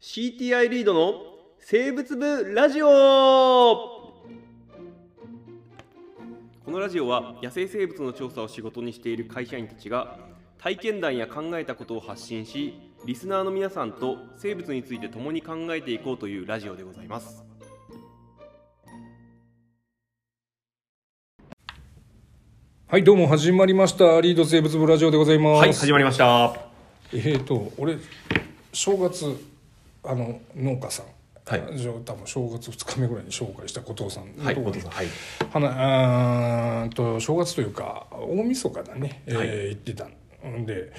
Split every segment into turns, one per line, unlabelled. CTI リードの生物部ラジオこのラジオは野生生物の調査を仕事にしている会社員たちが体験談や考えたことを発信しリスナーの皆さんと生物について共に考えていこうというラジオでございます
はい、どうも始まりました。リード生物部ラジオでございます。
はい始まりました
えっ、ー、と、俺、正月、あの、農家さん。
はい
あじゃあ多分正月2日目ぐらいに紹介した後藤さんの
はい
ところで、
はい
はなうーんと正月というか大晦日だね、えー
はい
行ってたんで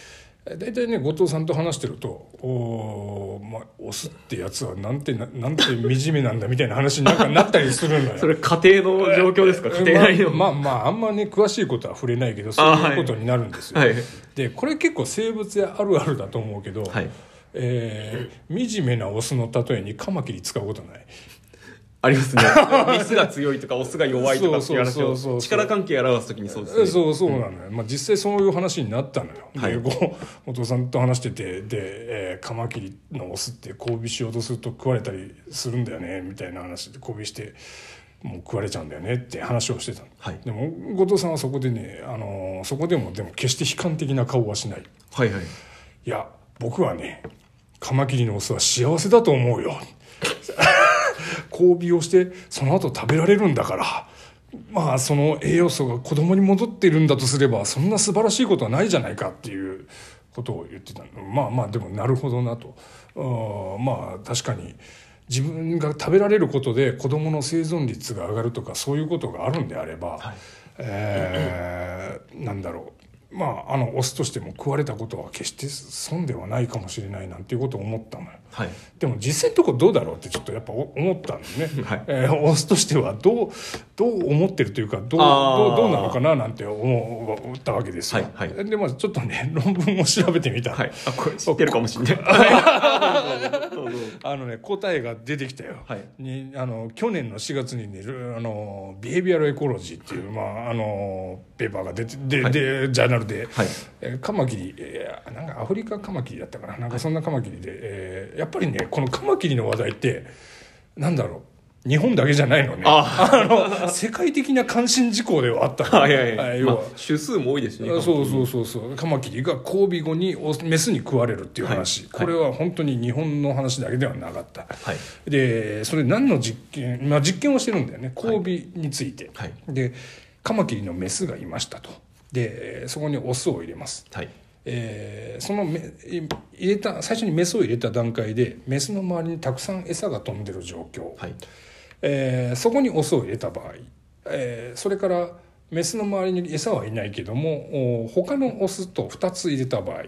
えー大体ね後藤さんと話してると「おー、まあ、オスってやつはなんてななんて惨めなんだ」みたいな話になんかなったり するのよ。
それ家庭の状況 ですか家庭内の。
まあ、まあまああんまね詳しいことは触れないけどそう
あ
い
は
う
い
ことになるんですよ、
はい
でこれ結構生物やあるあるだと思うけど、
はい
えー惨めなオスの例えにカマキリ使うことない
あり ますね。メスが強いとか、オスが弱いとかっていう話
そうそうそうそう
を、力関係表すときにそうです
え
ね。
そうそうなのよ、まあ、実際そういう話になったのよ、
はい
でこうお父さんと話しててで、えーカマキリのオスって交尾しようとすると食われたりするんだよねみたいな話で交尾してもう食われちゃうんだよねって話をしてたの、
はい
でも後藤さんはそこでね、あのーそこでもでも決して悲観的な顔はしない
はいはい。
いや僕はねカマキリのオスは幸せだと思うよ交尾をしてその後食べられるんだからまあその栄養素が子供に戻っているんだとすればそんな素晴らしいことはないじゃないかっていうことを言ってたのまあまあでもなるほどなとあまあ確かに自分が食べられることで子供の生存率が上がるとかそういうことがあるんであれば、えーなんだろうまああのオスとしても食われたことは決して損ではないかもしれないなんていうことを思ったのよ。
はい。
でも実際のところどうだろうってちょっとやっぱお思ったんでね、
はい
えーオスとしてはどうどう思ってるというかどう
あー
どうどうなのかななんて思う思ったわけですよ、
はいは
でまあちょっとね論文を調べてみた、
はい。あ、これ知ってるかもしれない。どうぞど うぞ
あのね答えが出てきたよ、
はい
にあの去年の4月にねルあのビヘビアルエコロジーっていう、まあ、あのペーパーが出てで、
はい
でジャーナルで、
はい
えーカマキリ、えーなんかアフリカカマキリだったかななんかそんなカマキリで、えーやっぱりねこのカマキリの話題ってなんだろう日本だけじゃないのねあの世界的な関心事項ではあったの
はいはい
は
はいい。
要
ま
は
あ、種数も多いですしね。
あそうそうそうそうカマキリが交尾後にオスメスに食われるっていう話、
はいはい
これは本当に日本の話だけではなかった、
はい。
でそれ何の実験、まあ、実験をしてるんだよね交尾について、
はい
でカマキリのメスがいましたとでそこにオスを入れます、
はい。
えーそのめ入れた最初にメスを入れた段階でメスの周りにたくさん餌が飛んでる状況、
はい。
えーそこにオスを入れた場合、えーそれからメスの周りに餌はいないけどもお他のオスと2つ入れた場合、
はい。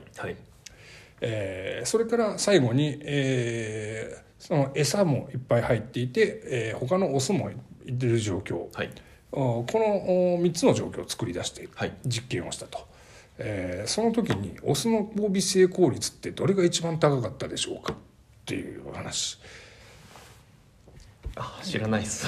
えーそれから最後に、えーその餌もいっぱい入っていて、えー他のオスも入れる状況
はい。
おこの3つの状況を作り出して
はい
実験をしたと、えーその時にオスの交尾成功率ってどれが一番高かったでしょうかっていうお話。
あ、知らないっす。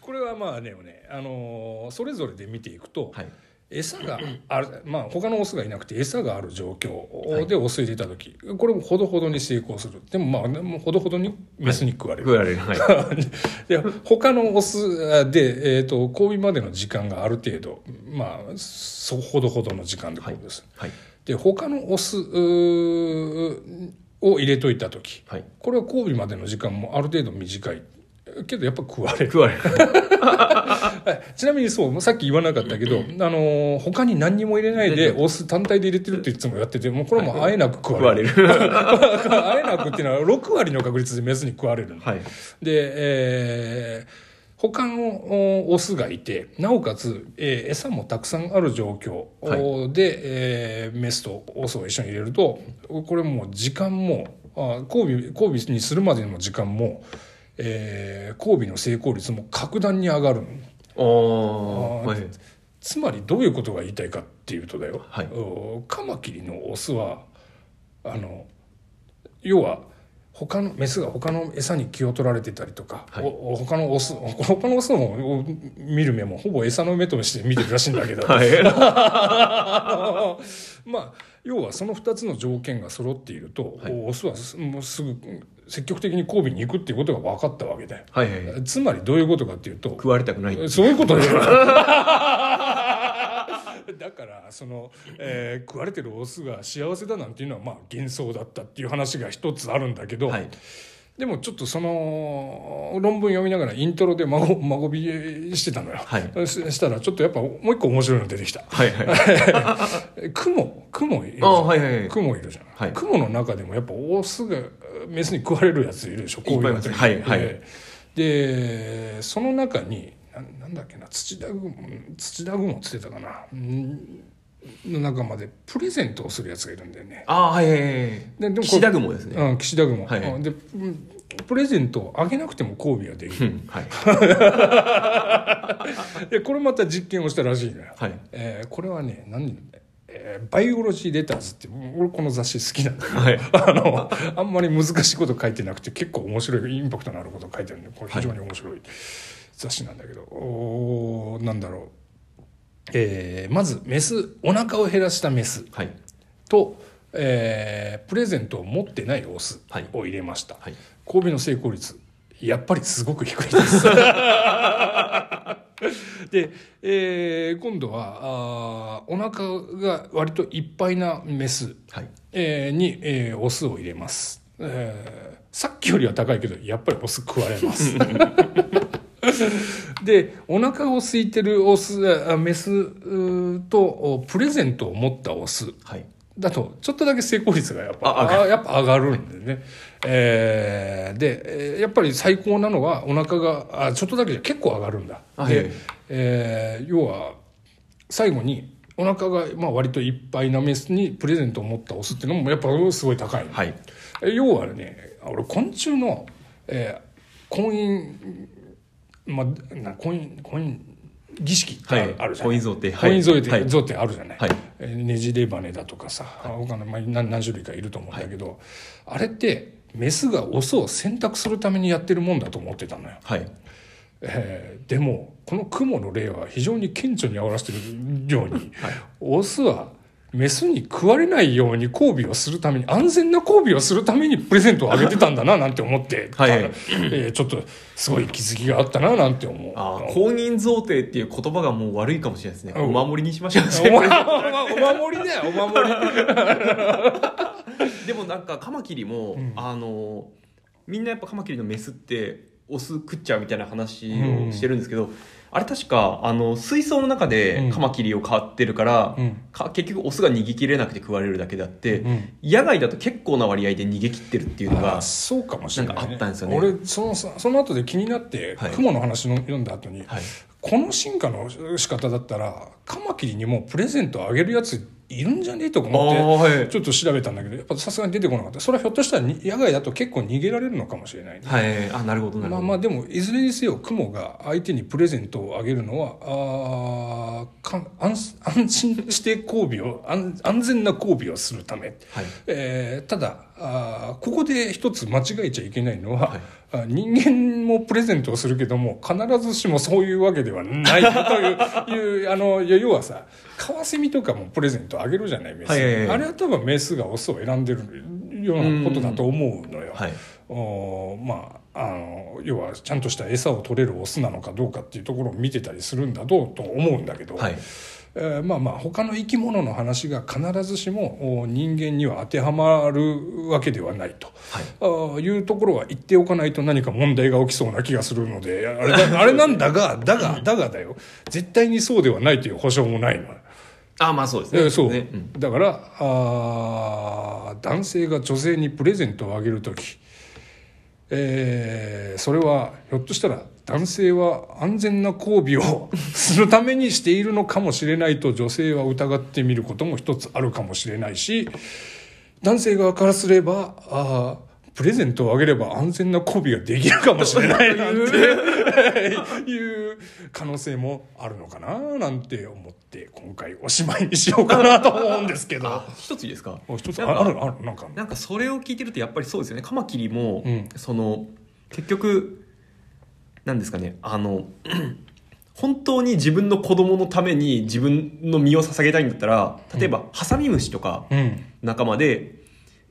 これはまあねね、あのーそれぞれで見ていくと、
はい。
餌がある、まあ、他のオスがいなくて餌がある状況でオス入れた時、これもほどほどに成功するでもまあもうほどほどにメスに食われる、
食われる。はい。
で他のオスあで、えー、と交尾までの時間がある程度まあそほどほどの時間でこうです、
はい。
で他のオスうーを入れといた時
はい。
これは交尾までの時間もある程度短いけどやっぱ食われる
食われる。
はい ちなみにそう、さっき言わなかったけど、あのー他に何にも入れないで、オス単体で入れてるっていつもやってて、もうこれはもうあえなく食
食わ
われ
れ
る。
る。
あえなくっていうのは6割の確率でメスに食われるの。
はい。
で、えー他のおオスがいて、なおかつ、えー餌もたくさんある状況
はい
おで、えーメスとオスを一緒に入れると、これもう時間も、あ交尾、交尾にするまでの時間も、えー交尾の成功率も格段に上がるの。
おー。
あ
は
ー
い。
つまりどういうことが言いたいかっていうとだよ、
はい
おカマキリのオスはあの要は他のメスが他の餌に気を取られてたりとか、
はい
おお他のオス 他のオスもお見る目もほぼ餌の目として見てるらしいんだけど、
はい。
まあ要はその2つの条件が揃っていると、
はい
オスはすもうすぐ積極的に交尾に行くっていうことが分かったわけだよ。
はいはい。
つまりどういうことかっていうと
食われたくない。
そういう ことだよ。だからその、えー食われてるオスが幸せだなんていうのはまあ幻想だったっていう話が一つあるんだけど、
はい。
でもちょっとその論文読みながらイントロで孫孫びしてたのよ、
はい
ししたらちょっとやっぱもう一個面白いの出てきた
はいはい。
え雲雲いるじゃ
あ
ん
あ、はいはいはい。
雲いるじゃん、
はい
雲の中でもやっぱオスがメスに食われるやついるでしょこういうやつ
いっぱいいますねはいはい
ででその中にななんだっけな土田雲土田雲っつってたかなんの中までプレゼントをするやつがいるんだよね
ああ、はいはいはい。
ででもこれ
岸田雲ですね。
うん、岸田雲、
はいはい
うんでうんプレゼントをあげなくても交尾ができ
う
る、
んはい。
でこれまた実験をしたらしいのよ、
はい。
えーこれはね何、えーバイオロジーレターズって俺この雑誌好きなんだけど
はい。
あの、あんまり難しいこと書いてなくて、結構面白い、インパクトのあること書いてるんで、これ非常に面白い雑誌なんだけど、おーなんだろう。えーまず、メス、お腹を減らしたメス
はい。
と、えープレゼントを持ってないオス
はい
を入れました。
はい。
神戸の成功率やっぱりすごく低いです で、えー今度はあーお腹が割といっぱいなメス、
はい。
えーに、えー、お酢を入れます、えーさっきよりは高いけどやっぱりお酢食われます でお腹を空いてるオスあメスうーとおプレゼントを持ったオス
はい。
だとちょっとだけ成功率がやっぱ
あ上がる
あやっぱ上がるんでね、えーでえーやっぱり最高なのはお腹があちょっとだけじゃ結構上がるんだ、
はい
で、えー要は最後にお腹がまあ割といっぱいなメスにプレゼントを持ったオスっていうのもやっぱすごい高いの、
はい。
え要はね俺昆虫の、えー婚姻まあな婚姻婚姻儀式ってあ
はい
る,、。じゃない
コイン贈呈。
婚姻贈
は
呈
い。
贈呈あるじゃない、
はい
えーねじれ羽だとかさ、他のまあ何何種類かいると思うんだけど、あれってメスがオスを選択するためにやってるもんだと思ってたのよ、
はい。
えーでもこの雲の例は非常に顕著に表してるように、オスはメスに食われないように交尾をするために安全な交尾をするためにプレゼントをあげてたんだななんて思って、
はいはい
えーちょっとすごい気づきがあったななんて思う。
ああ、公認贈呈っていう言葉がもう悪いかもしれないですね。
うん
お守りにしましょう。
おまお守りだよお守り
でもなんかカマキリも、
ん
あのみんなやっぱカマキリのメスってオス食っちゃうみたいな話をしてるんですけど、あれ確かあの水槽の中
うん
でカマキリを飼ってるから、
うん
か結局オスが逃げ切れなくて食われるだけであって、
うん
野外だと結構な割合で逃げ切ってるっていうの
あ
が
ーそうかもしれない、
なんかあったんですよね
俺そのその後で気になって、
はい
雲の話の読んだ後に、
はい
この進化の仕方だったらカマキリにもプレゼントあげるやついるんじゃねえとか
あー
思って。
はい
ちょっと調べたんだけどやっぱさすがに出てこなかったそれはひょっとしたらに野外だと結構逃げられるのかもしれないね、
はいあなるほどなる
まあ
ほど、
まあでもいずれにせよ雲が相手にプレゼントをあげるのはあーか安安心して交尾を安安全な交尾をするため、
はい
えーただあーここで一つ間違えちゃいけないのは、
はい
あ人間もプレゼントをするけども必ずしもそういうわけではないといういうあのいや要はさカワセミとかもプレゼントあげるじゃないメス、
はいはいはい
あれは多分メスがオスを選んでるようなことだと思うのよ。
はい
おまああの要はちゃんとした餌を取れるオスなのかどうかっていうところを見てたりするんだろうと思うんだけど、
はい
えーまあまあ他の生き物の話が必ずしもお人間には当てはまるわけではないと。
はい
あーいうところは言っておかないと何か問題が起きそうな気がするのであれだあれなんだがだがだがだよ絶対にそうではないという保証もないの、
あまあそうです
え
ね
ーそう、
ねん
だからあー男性が女性にプレゼントをあげる時、えーそれはひょっとしたら男性は安全な交尾をするためにしているのかもしれないと女性は疑ってみることも一つあるかもしれないし男性側からすればあープレゼントをあげれば安全な交尾ができるかもしれないなんていう可能性もあるのかななんて思って今回おしまいにしようかなと思うんですけど
あ一ついいですか
お一つ
なんか
ああるあるなんか
なんかそれを聞いてるとやっぱりそうですよねカマキリも、
うん
その結局なんですかねあの 本当に自分の子供のために自分の身を捧げたいんだったら例えば、ハサミムシとか
うん
仲間で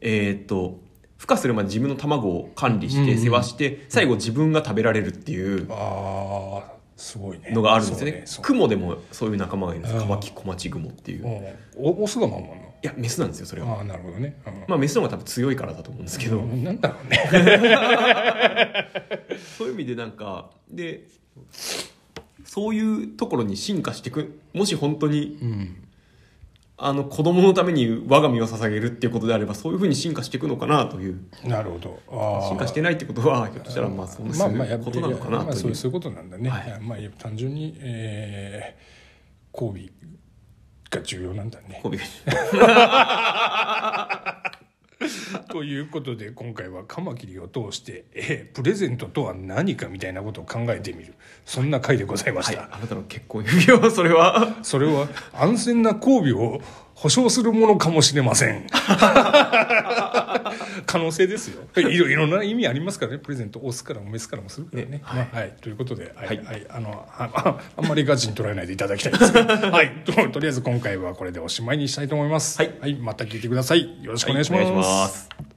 えーっと孵化するまで自分の卵を管理して
うん
世話して、最後自分が食べられるっていう
ああすごいね
のがあるんですよね
そう
クモでもそういう仲間がいるんです
うん
カマキコマチグモっていう、い
ねそううんおオスが守るの
やメスなんですよそれは
ああなるほどね、うん
まあメスの方が多分強いからだと思うんですけど、
うんなんだろうね
そういう意味でなんかでそういうところに進化していくもし本当に
うん
あの子供のために我が身を捧げるっていうことであればそういうふうに進化していくのかなという
なるほどああ
進化してないってことはひょっとしたらまあそうです
やっぱ
ことなのか
ま
な
あ
と
そ
い
ういう
う
そういうことなんだね、
はい
まあいや単純に、えー、交尾が重要なんだね
媚び
ということで今回はカマキリを通して、えープレゼントとは何かみたいなことを考えてみるそんな回でございま
は
し
い
た、
あなたの結婚指輪はそれは
それは安全な交尾を保証するものかもしれません 可能性ですよいろいろな意味ありますからねプレゼントオスからもメスからもするからね
ね
まあはい、ということで、はい
はい
はいあのあ ああんまりガチに捉えないでいただきたいですけ どはいととりあえず今回はこれでおしまいにしたいと思います、
はい
また聞いてくださいよろしくお願いします、
はいお願いします